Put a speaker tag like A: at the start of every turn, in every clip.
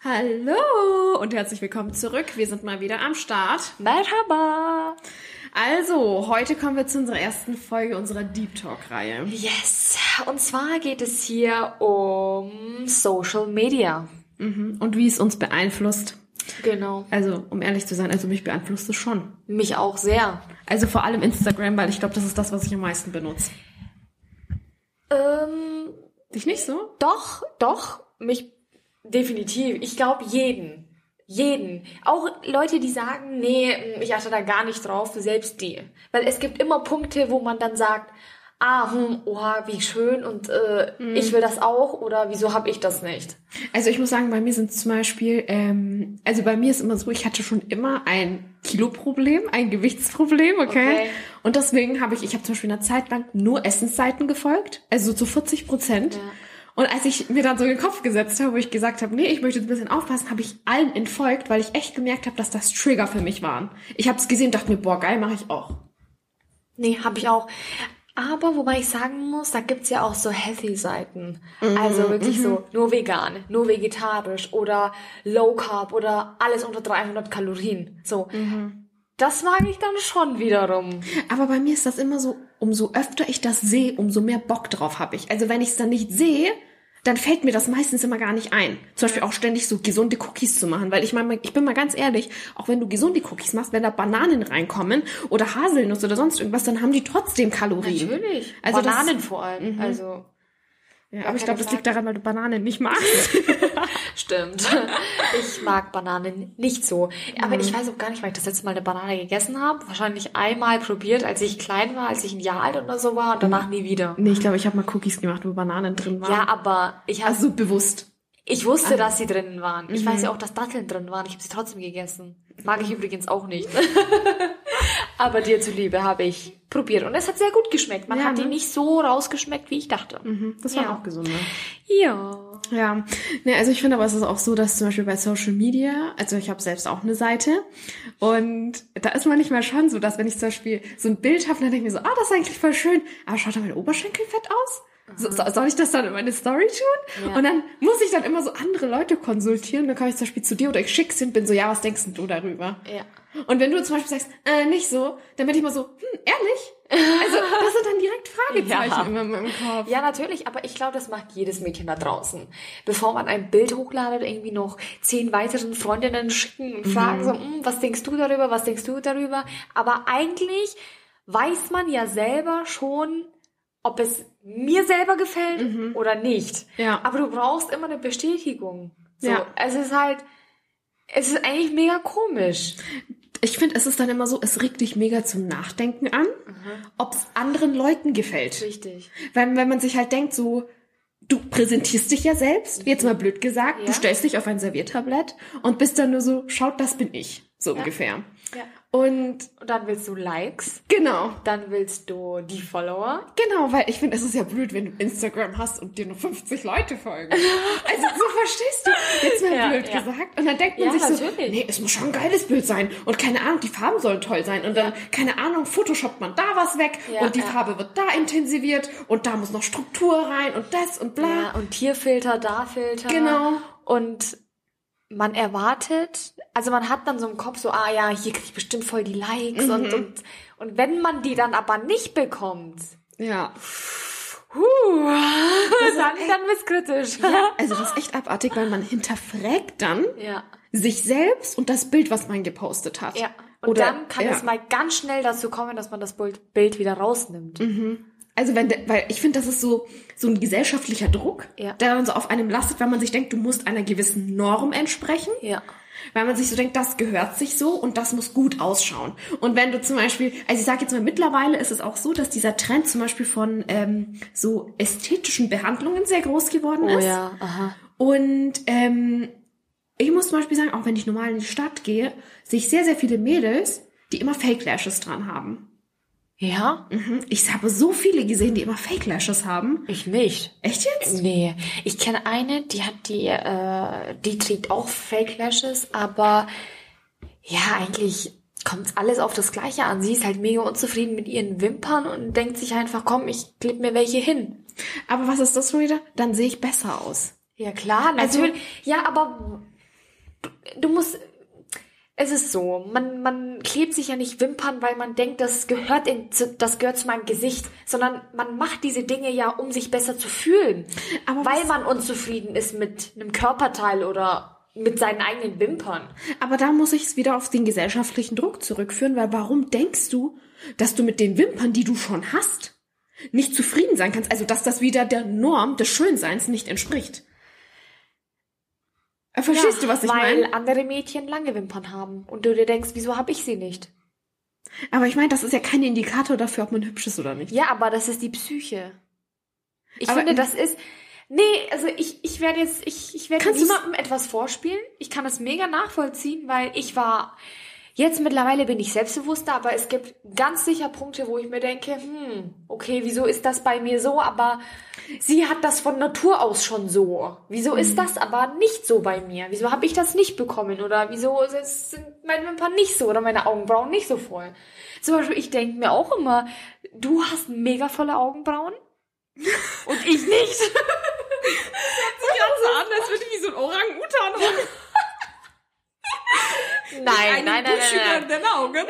A: Hallo und herzlich willkommen zurück. Wir sind mal wieder am Start.
B: Merhaba.
A: Also, heute kommen wir zu unserer ersten Folge unserer Deep Talk-Reihe.
B: Yes. Und zwar geht es hier um Social Media.
A: Mhm. Und wie es uns beeinflusst.
B: Genau.
A: Also, um ehrlich zu sein, also mich beeinflusst es schon.
B: Mich auch sehr.
A: Also vor allem Instagram, weil ich glaube, das ist das, was ich am meisten benutze.
B: Ähm,
A: Dich nicht so?
B: doch, doch, mich definitiv. Ich glaube jeden. Jeden. Auch Leute, die sagen, nee, ich achte da gar nicht drauf, selbst die. Weil es gibt immer Punkte, wo man dann sagt, ah, hm, oha, wie schön und äh, ich will das auch oder wieso habe ich das nicht?
A: Also ich muss sagen, bei mir sind zum Beispiel, ähm, also bei mir ist immer so, ich hatte schon immer ein Kilo-Problem, ein Gewichtsproblem, okay?
B: Okay.
A: Und deswegen habe ich, ich habe zum Beispiel eine Zeit lang nur Essensseiten gefolgt, also so zu 40 Prozent.
B: Ja.
A: Und als ich mir dann so den Kopf gesetzt habe, wo ich gesagt habe, nee, ich möchte jetzt ein bisschen aufpassen, habe ich allen entfolgt, weil ich echt gemerkt habe, dass das Trigger für mich waren. Ich habe es gesehen und dachte mir, boah, geil, mache ich auch.
B: Nee, habe ich auch. Aber wobei ich sagen muss, da gibt's ja auch so Healthy-Seiten. also wirklich so nur vegan, nur vegetarisch oder Low Carb oder alles unter 300 Kalorien. So, Mhm. das mag ich dann schon wiederum.
A: Aber bei mir ist das immer so, umso öfter ich das sehe, umso mehr Bock drauf habe ich. Also wenn ich es dann nicht sehe, dann fällt mir das meistens immer gar nicht ein. Zum Beispiel auch ständig so gesunde Cookies zu machen. Weil ich meine, ich bin mal ganz ehrlich, auch wenn du gesunde Cookies machst, wenn da Bananen reinkommen oder Haselnuss oder sonst irgendwas, dann haben die trotzdem Kalorien. Also
B: Also
A: das-
B: Bananen vor allem. Also
A: Ja, aber ich
B: kann
A: glaube,
B: ich
A: das liegt daran, weil du Bananen nicht magst.
B: stimmt. ich mag Bananen nicht so. Aber ich weiß auch gar nicht, weil ich das letzte Mal eine Banane gegessen habe. Wahrscheinlich einmal probiert, als ich klein war, als ich ein Jahr alt oder so war und danach nie wieder.
A: nee, ich glaube, ich habe mal Cookies gemacht, wo Bananen drin waren.
B: Ja, aber ich habe
A: also bewusst.
B: Ich
A: Ah.
B: wusste, dass sie drinnen waren. Ich
A: Mhm.
B: weiß ja auch, dass Datteln drin waren. Ich habe sie trotzdem gegessen. Mag ich übrigens auch nicht. Aber dir zuliebe habe ich probiert. Und es hat sehr gut geschmeckt. Man
A: Ja,
B: hat die
A: ne?
B: nicht so rausgeschmeckt, wie ich dachte.
A: Mhm, Das waren
B: Ja.
A: auch gesunde.
B: Ja.
A: Ja, ne, also ich finde aber es ist auch so, dass zum Beispiel bei Social Media, also ich habe selbst auch eine Seite und da ist man nicht mal schon so, dass wenn ich zum Beispiel so ein Bild habe, dann denke ich mir so, ah, das ist eigentlich voll schön, aber schaut da mein Oberschenkel fett aus? So, so, soll ich das dann in meine Story tun?
B: Ja.
A: Und dann muss ich dann immer so andere Leute konsultieren. Dann komme ich zum Beispiel zu dir oder ich schick's hin, bin so, ja, was denkst denn du darüber?
B: Ja.
A: Und wenn du zum Beispiel sagst, äh, nicht so, dann bin ich immer so, hm, ehrlich? Also das sind dann direkt Fragezeichen
B: Ja.
A: immer in meinem Kopf.
B: Ja, natürlich, aber ich glaube, das macht jedes Mädchen da draußen. Bevor man ein Bild hochladet, irgendwie noch zehn weiteren Freundinnen schicken und fragen so, "Mm, was denkst du darüber, was denkst du darüber? Aber eigentlich weiß man ja selber schon, ob es mir selber gefällt oder nicht.
A: Ja.
B: Aber du brauchst immer eine Bestätigung. So,
A: Ja.
B: Es ist halt, es ist eigentlich mega komisch.
A: Ich finde, es ist dann immer so, es regt dich mega zum Nachdenken an, ob es anderen Leuten gefällt.
B: Richtig.
A: Weil, wenn man sich halt denkt, so, du präsentierst dich ja selbst, jetzt mal blöd gesagt,
B: Mhm. Ja.
A: du stellst dich auf ein Serviertablett und bist dann nur so, schaut, das bin ich, so ungefähr.
B: Ja.
A: Und
B: Und dann willst du Likes,
A: genau,
B: dann willst du die Follower.
A: genau, weil ich finde, es ist ja blöd, wenn du Instagram hast und dir nur 50 Leute folgen. Also so verstehst du, jetzt mal
B: Ja,
A: blöd
B: ja.
A: gesagt. Und dann denkt man
B: Ja,
A: sich so,
B: natürlich.
A: nee, es muss schon ein geiles Bild sein. Und keine Ahnung, die Farben sollen toll sein. Und dann, keine Ahnung, photoshoppt man da was weg
B: Ja,
A: und die
B: ja.
A: Farbe wird da intensiviert und da muss noch Struktur rein und das und bla.
B: Ja, und hier Filter, da Filter.
A: Genau.
B: Und man erwartet, also man hat dann so im Kopf so, ah ja, hier krieg ich bestimmt voll die Likes und, und, und wenn man die dann aber nicht bekommt,
A: Ja.
B: huh, dann, dann wird's kritisch.
A: ja. Also das ist echt abartig, weil man hinterfragt dann
B: Ja.
A: sich selbst und das Bild, was man gepostet hat.
B: ja. Und
A: Oder-
B: dann kann
A: ja.
B: es mal ganz schnell dazu kommen, dass man das Bild, Bild wieder rausnimmt.
A: Also wenn, der- weil ich finde, das ist so so ein gesellschaftlicher Druck,
B: Ja.
A: der dann so auf einem lastet, weil man sich denkt, du musst einer gewissen Norm entsprechen,
B: Ja.
A: weil man sich so denkt, das gehört sich so und das muss gut ausschauen. Und wenn du zum Beispiel, also ich sage jetzt mal, mittlerweile ist es auch so, dass dieser Trend zum Beispiel von ähm, so ästhetischen Behandlungen sehr groß geworden
B: Oh
A: ist.
B: ja, aha.
A: Und ähm, ich muss zum Beispiel sagen, auch wenn ich normal in die Stadt gehe, sehe ich sehr, sehr viele Mädels, die immer Fake Lashes dran haben.
B: Ja?
A: Mhm. Ich habe so viele gesehen, die immer Fake Lashes haben.
B: Ich nicht.
A: Echt jetzt?
B: Nee, ich kenne eine, die hat die, äh, die trägt auch Fake Lashes, aber ja, eigentlich kommt alles auf das Gleiche an. Sie ist halt mega unzufrieden mit ihren Wimpern und denkt sich einfach, komm, ich kleb mir welche hin.
A: Aber was ist das schon wieder? Dann sehe ich besser aus.
B: Ja klar,
A: Also-
B: natürlich. ja, aber du musst, es ist so, man, man klebt sich ja nicht Wimpern, weil man denkt, das gehört in, zu- das gehört zu meinem Gesicht, sondern man macht diese Dinge ja, um sich besser zu fühlen.
A: Aber
B: weil
A: was-
B: man unzufrieden ist mit einem Körperteil oder mit seinen eigenen Wimpern.
A: Aber da muss ich es wieder auf den gesellschaftlichen Druck zurückführen, weil warum denkst du, dass du mit den Wimpern, die du schon hast, nicht zufrieden sein kannst? Also, dass das wieder der Norm des Schönseins nicht entspricht. Äh, Verstehst du, was ich
B: weil
A: meine?
B: andere Mädchen lange Wimpern haben und du dir denkst, wieso habe ich sie nicht?
A: Aber ich meine, das ist ja kein Indikator dafür, ob man hübsch ist oder nicht.
B: Ja, aber das ist die Psyche. Ich
A: Aber-
B: finde, das ist. Nee, also ich, ich werde jetzt, ich, ich werde
A: Kannst du-
B: niemandem etwas vorspielen. Ich kann das mega nachvollziehen, weil ich war. Jetzt mittlerweile bin ich selbstbewusster, aber es gibt ganz sicher Punkte, wo ich mir denke, hm, okay, wieso ist das bei mir so, aber sie hat das von Natur aus schon so. Wieso ist das aber nicht so bei mir? Wieso habe ich das nicht bekommen? Oder wieso ist es- sind meine Wimpern nicht so oder meine Augenbrauen nicht so voll? Zum Beispiel, ich denke mir auch immer, du hast mega volle Augenbrauen und ich nicht.
A: so an, als würde ich wie so ein Orang-Utan
B: Nein, nein, nein, nein, nein.
A: den Augen.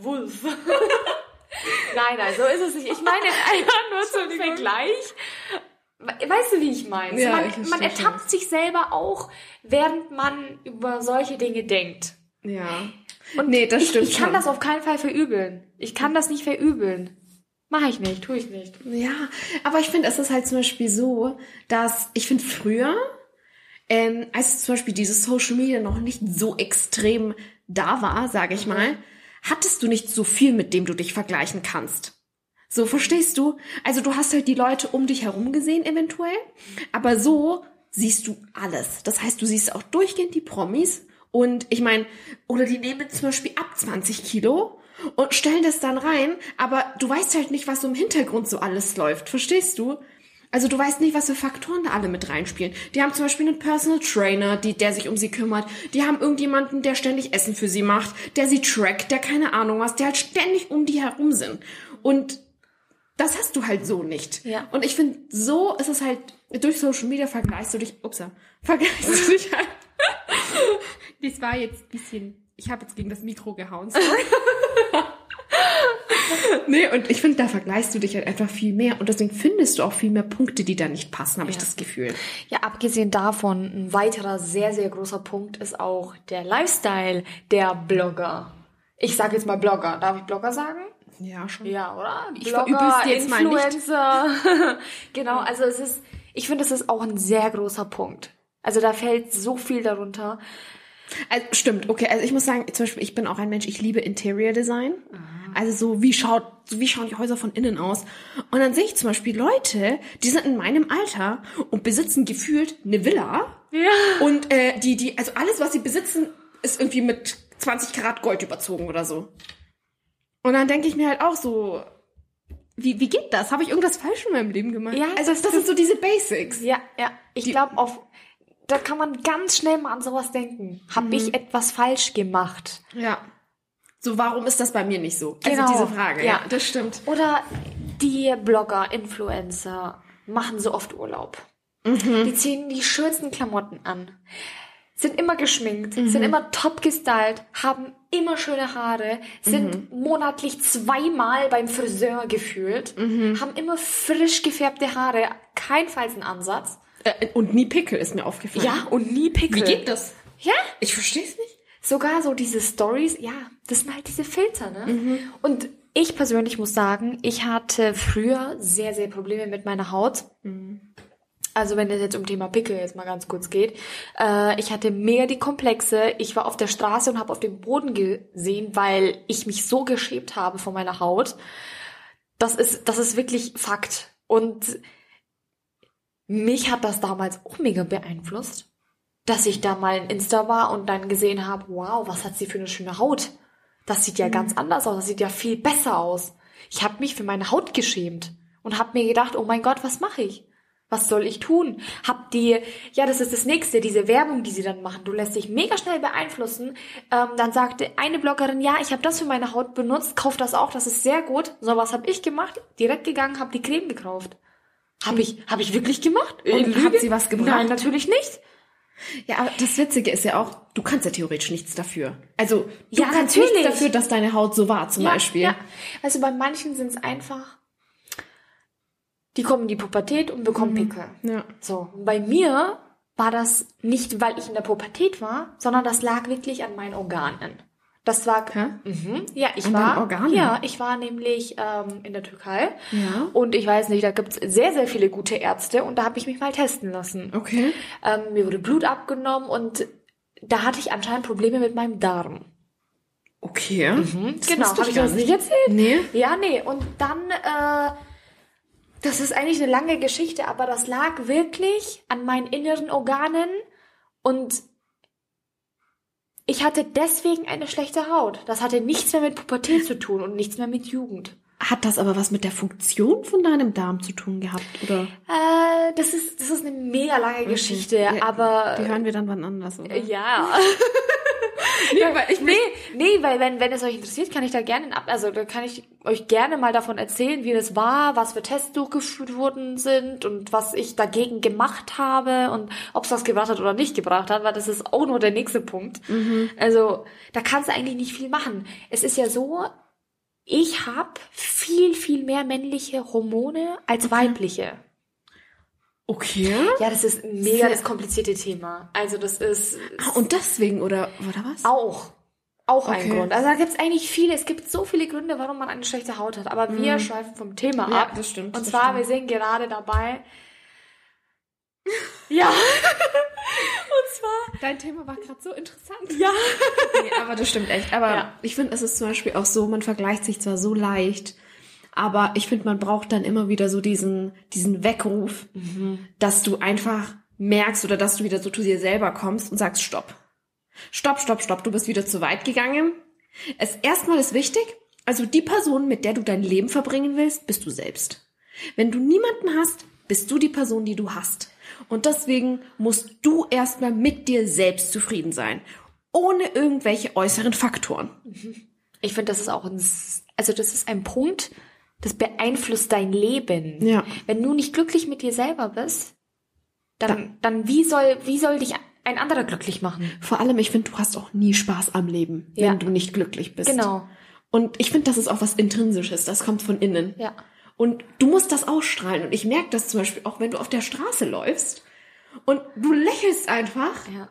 B: Wulf. nein, nein, so ist es nicht. Ich meine jetzt einfach nur zum
A: Entschuldigung.
B: Vergleich. We- Weißt du, wie ich meine?
A: Ja, ich
B: man,
A: verstehe
B: man ertappt sich selber auch, während man über solche Dinge denkt.
A: Ja. nee, das stimmt
B: Ich kann
A: schon.
B: das auf keinen Fall verübeln. Ich kann das nicht verübeln. Mache ich nicht, tue ich nicht.
A: Ja, aber ich finde, es ist halt zum Beispiel so, dass ich finde früher, ähm, als zum Beispiel dieses Social Media noch nicht so extrem da war, sage ich mal, hattest du nicht so viel, mit dem du dich vergleichen kannst. So, verstehst du? Also du hast halt die Leute um dich herum gesehen eventuell, aber so siehst du alles. Das heißt, du siehst auch durchgehend die Promis und ich meine, oder die nehmen zum Beispiel ab 20 Kilo und stellen das dann rein, aber du weißt halt nicht, was so im Hintergrund so alles läuft, verstehst du? Also du weißt nicht, was für Faktoren da alle mit reinspielen. Die haben zum Beispiel einen Personal Trainer, die, der sich um sie kümmert. Die haben irgendjemanden, der ständig Essen für sie macht, der sie trackt, der keine Ahnung was, der halt ständig um die herum sind. Und das hast du halt so nicht.
B: Ja.
A: Und ich finde, so ist es halt, durch Social Media vergleichst du dich, upsa, vergleichst du dich halt. das war jetzt ein bisschen, ich habe jetzt gegen das Mikro gehauen. sorry. nee, und ich finde, da vergleichst du dich halt einfach viel mehr. Und deswegen findest du auch viel mehr Punkte, die da nicht passen, habe ich das Gefühl.
B: Ja, abgesehen davon, ein weiterer sehr, sehr großer Punkt ist auch der Lifestyle der Blogger. Ich sage jetzt mal Blogger. Darf ich Blogger sagen?
A: Ja, schon.
B: Ja, oder?
A: Ich verübel's dir jetzt mal nicht.
B: Influencer. genau, also es ist, ich finde, es ist auch ein sehr großer Punkt. Also da fällt so viel darunter.
A: Also, stimmt, okay. Also ich muss sagen, zum Beispiel, ich bin auch ein Mensch, ich liebe Interior Design. Also so, wie schaut, so wie schauen die Häuser von innen aus? Und dann sehe ich zum Beispiel Leute, die sind in meinem Alter und besitzen gefühlt eine Villa.
B: Ja.
A: Und äh, die, die, also alles, was sie besitzen, ist irgendwie mit 20 Karat Gold überzogen oder so. Und dann denke ich mir halt auch so, wie, wie geht das? Habe ich irgendwas falsch in meinem Leben gemacht?
B: Ja,
A: also das, sind so diese Basics.
B: Ja, ja. Ich glaube, auf, da kann man ganz schnell mal an sowas denken. Hab
A: Mhm.
B: ich etwas falsch gemacht?
A: Ja. So, warum ist das bei mir nicht so?
B: Genau.
A: Also diese Frage.
B: Ja.
A: ja das stimmt.
B: Oder die Blogger, Influencer machen so oft Urlaub. Die ziehen die schönsten Klamotten an, sind immer geschminkt, sind immer top gestylt, haben immer schöne Haare, sind monatlich zweimal beim Friseur gefühlt, haben immer frisch gefärbte Haare, kein Falsenansatz.
A: Äh, und nie Pickel ist mir aufgefallen.
B: Ja, und nie Pickel.
A: Wie geht das?
B: Ja,
A: Ich verstehe es nicht.
B: sogar so diese Stories, ja, das sind halt diese Filter, ne? Und ich persönlich muss sagen, ich hatte früher sehr, sehr Probleme mit meiner Haut. Also wenn es jetzt um Thema Pickel jetzt mal ganz kurz geht. Äh, ich hatte mega die Komplexe. Ich war auf der Straße und habe auf den Boden gesehen, weil ich mich so geschäbt habe von meiner Haut. Das ist, das ist wirklich Fakt. Und mich hat das damals auch mega beeinflusst dass ich da mal in Insta war und dann gesehen habe, wow, was hat sie für eine schöne Haut. Das sieht ja ganz anders aus, das sieht ja viel besser aus. Ich habe mich für meine Haut geschämt und habe mir gedacht, oh mein Gott, was mache ich? Was soll ich tun? Hab die, ja, das ist das nächste, diese Werbung, die sie dann machen. Du lässt dich mega schnell beeinflussen. Ähm, dann sagte eine Bloggerin, ja, ich habe das für meine Haut benutzt, kauf das auch, das ist sehr gut. So, was habe ich gemacht? Direkt gegangen, habe die Creme gekauft. Habe ich, habe ich wirklich gemacht?
A: Und
B: Hm. Äh, Lüge?
A: hat sie was gebracht?
B: Nein, natürlich nicht.
A: Ja, aber das Witzige ist ja auch, du kannst ja theoretisch nichts dafür. Also, du
B: Ja,
A: kannst
B: natürlich.
A: nichts dafür, dass deine Haut so war, zum Beispiel.
B: Ja. Also bei manchen sind es einfach, die kommen in die Pubertät und bekommen
A: Mhm.
B: Pickel.
A: Ja.
B: So, und bei mir war das nicht, weil ich in der Pubertät war, sondern das lag wirklich an meinen Organen. Das war,
A: Hä?
B: mhm, ja, ich
A: An deinen
B: war,
A: Organen?
B: ja, ich war nämlich ähm, in der Türkei
A: Ja.
B: und ich weiß nicht, da gibt's sehr, sehr viele gute Ärzte und da habe ich mich mal testen lassen.
A: Okay.
B: Ähm, mir wurde Blut abgenommen und da hatte ich anscheinend Probleme mit meinem Darm.
A: Okay.
B: Hm?
A: Das
B: Genau,
A: wusste
B: habe ich
A: gar
B: das nicht erzählt?
A: Nee.
B: Ja, nee, und dann, äh, das ist eigentlich eine lange Geschichte, aber das lag wirklich an meinen inneren Organen und ich hatte deswegen eine schlechte Haut. Das hatte nichts mehr mit Pubertät zu tun und nichts mehr mit Jugend.
A: Hat das aber was mit der Funktion von deinem Darm zu tun gehabt, oder?
B: Äh, das ist, das ist eine mega lange Geschichte,
A: Ja,
B: aber
A: Die hören wir dann wann anders, oder?
B: äh, ja.
A: Nee, weil ich
B: Nee, nee, weil wenn, wenn es euch interessiert, kann ich da gerne ein ab, also da kann ich euch gerne mal davon erzählen, wie das war, was für Tests durchgeführt worden sind und was ich dagegen gemacht habe und ob es was gebracht hat oder nicht gebracht hat, weil das ist auch nur der nächste Punkt. Also da kannst du eigentlich nicht viel machen. Es ist ja so, ich habe viel, viel mehr männliche Hormone als weibliche.
A: Okay.
B: Ja, das ist ein mega
A: Sehr-
B: das komplizierte Thema. Also das ist
A: Ah, und deswegen, oder, oder was?
B: auch. Auch ein
A: Okay.
B: Grund. Also da gibt es eigentlich viele. Es gibt so viele Gründe, warum man eine schlechte Haut hat. Aber wir schweifen vom Thema
A: Mhm. Ja,
B: ab.
A: das stimmt,
B: Und
A: das
B: zwar,
A: stimmt.
B: wir sind gerade dabei. Ja.
A: Dein Thema war gerade so interessant.
B: ja.
A: Nee, aber das stimmt echt. Aber
B: Ja.
A: ich finde, es ist zum Beispiel auch so, man vergleicht sich zwar so leicht, aber ich finde, man braucht dann immer wieder so diesen, diesen Weckruf,
B: Mhm.
A: dass du einfach merkst oder dass du wieder so zu dir selber kommst und sagst, stopp. Stopp, stopp, stopp, du bist wieder zu weit gegangen. Es erstmal ist wichtig, also die Person, mit der du dein Leben verbringen willst, bist du selbst. Wenn du niemanden hast, bist du die Person, die du hast. Und deswegen musst du erstmal mit dir selbst zufrieden sein. Ohne irgendwelche äußeren Faktoren.
B: Ich finde, das ist auch ein, s- also das ist ein Punkt, das beeinflusst dein Leben.
A: Ja.
B: Wenn du nicht glücklich mit dir selber bist, dann, dann wie soll, wie soll dich ein anderer glücklich machen?
A: Vor allem, ich finde, du hast auch nie Spaß am Leben,
B: Ja.
A: wenn du nicht glücklich bist.
B: Genau.
A: Und ich finde, das ist auch was Intrinsisches. Das kommt von innen.
B: Ja.
A: Und du musst das ausstrahlen. Und ich merke das zum Beispiel auch, wenn du auf der Straße läufst und du lächelst einfach.
B: Ja.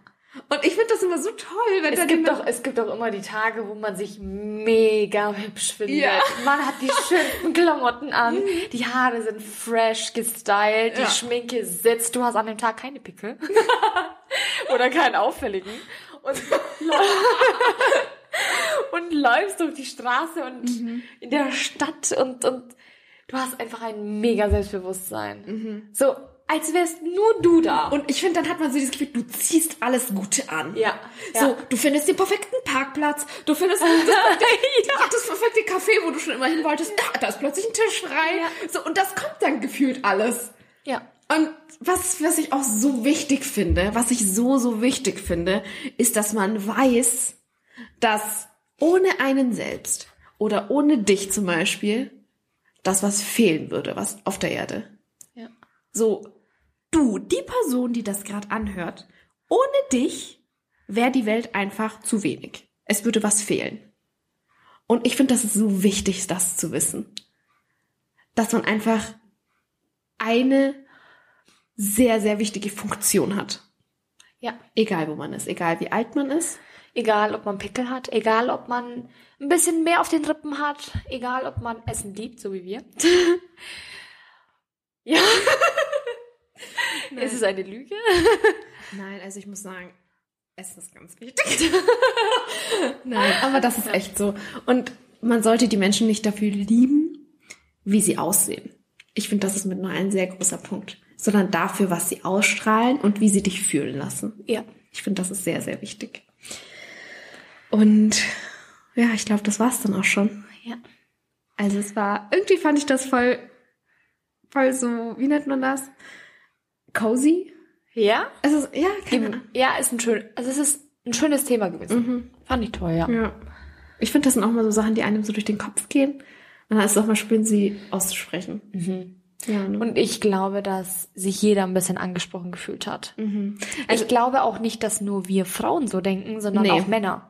A: Und ich finde das immer so toll, wenn
B: Es
A: dann
B: gibt,
A: jemand-
B: doch, es gibt doch immer die Tage, wo man sich mega hübsch findet.
A: Ja.
B: Man hat die schönsten Klamotten an, die Haare sind fresh gestylt, die
A: Ja.
B: Schminke sitzt, du hast an dem Tag keine Pickel. Oder keinen auffälligen. Und, läu- und läufst durch die Straße und in der Stadt und, und du hast einfach ein mega Selbstbewusstsein. So, als wärst nur du da.
A: Und ich finde, dann hat man so dieses Gefühl, du ziehst alles Gute an.
B: Ja,
A: So,
B: ja.
A: du findest den perfekten Parkplatz, du findest das perfekte, das perfekte Café, wo du schon immer hin wolltest. Ja, da ist plötzlich ein Tisch frei.
B: Ja.
A: So, und das kommt dann gefühlt alles.
B: ja.
A: Und was, was ich auch so wichtig finde, was ich so, so wichtig finde, ist, dass man weiß, dass ohne einen selbst oder ohne dich zum Beispiel, dass was fehlen würde, was auf der Erde.
B: ja.
A: So, du, die Person, die das gerade anhört, ohne dich wäre die Welt einfach zu wenig. Es würde was fehlen. Und ich finde, das ist so wichtig, das zu wissen. Dass man einfach eine sehr, sehr wichtige Funktion hat.
B: ja.
A: Egal, wo man ist, egal, wie alt man ist.
B: Egal, ob man Pickel hat, egal, ob man ein bisschen mehr auf den Rippen hat, egal, ob man Essen liebt, so wie wir. ja. Ist es eine Lüge?
A: Nein, also ich muss sagen, Essen ist ganz wichtig. Nein, aber das ist echt so. Und man sollte die Menschen nicht dafür lieben, wie sie aussehen. Ich finde, das ist mit nur ein sehr großer Punkt. Sondern dafür, was sie ausstrahlen und wie sie dich fühlen lassen.
B: Ja.
A: Ich finde, das ist sehr, sehr wichtig. Und ja, ich glaube, das war's dann auch schon.
B: Ja.
A: Also es war, irgendwie fand ich das voll, voll so, wie nennt man das? Cozy?
B: Ja?
A: Es ist, ja, keine Ahnung. Mhm,
B: Eben. Ja, ist ein schön, also es ist ein schönes Thema gewesen. Fand ich toll, ja.
A: Ja. Ich finde, das sind auch mal so Sachen, die einem so durch den Kopf gehen. Und dann ist es auch mal schön, sie auszusprechen.
B: Mhm.
A: Ja, ne?
B: Und ich glaube, dass sich jeder ein bisschen angesprochen gefühlt hat. ich glaube auch nicht, dass nur wir Frauen so denken, sondern
A: Nee.
B: auch Männer.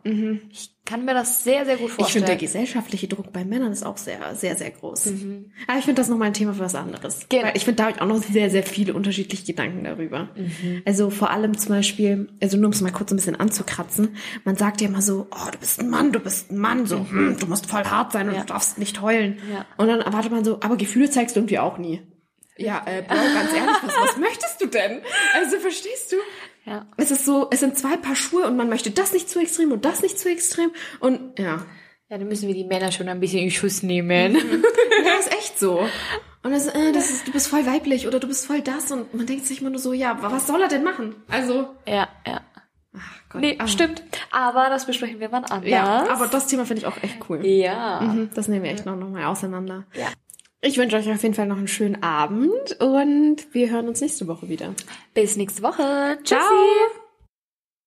B: Ich kann mir das sehr, sehr gut
A: Ich finde, der
B: vorstellen. Mhm.
A: gesellschaftliche Druck bei Männern ist auch sehr, sehr, sehr groß. Aber ich finde das nochmal ein Thema für was anderes.
B: Genau.
A: Weil ich finde, da habe ich auch noch sehr, sehr viele unterschiedliche Gedanken darüber.
B: Mhm.
A: Also vor allem zum Beispiel, also nur um es mal kurz ein bisschen anzukratzen, man sagt ja immer so, oh, du bist ein Mann, du bist ein Mann, so, hm, du musst voll hart sein und
B: Ja.
A: du darfst nicht heulen.
B: Ja.
A: Und dann erwartet man so, aber Gefühle zeigst du irgendwie auch nie. Ja, äh, Bro, ganz ehrlich, was, was möchtest du denn? Also verstehst du?
B: ja.
A: Es ist so, es sind zwei Paar Schuhe und man möchte das nicht zu extrem und das nicht zu extrem und ja.
B: ja, dann müssen wir die Männer schon ein bisschen in Schuss nehmen.
A: Ja, ist echt so. Und das, äh, das ist, du bist voll weiblich oder du bist voll das und man denkt sich immer nur so, ja, wa- was soll er denn machen? Also,
B: Ja, ja.
A: ach Gott.
B: Nee,
A: ah,
B: stimmt. Aber das besprechen wir wann anders.
A: Ja, aber das Thema finde ich auch echt cool.
B: Ja.
A: Mhm, das nehmen wir echt noch, noch mal auseinander.
B: Ja.
A: Ich wünsche euch auf jeden Fall noch einen schönen Abend und wir hören uns nächste Woche wieder.
B: Bis nächste Woche. Tschüssi.
A: Ciao.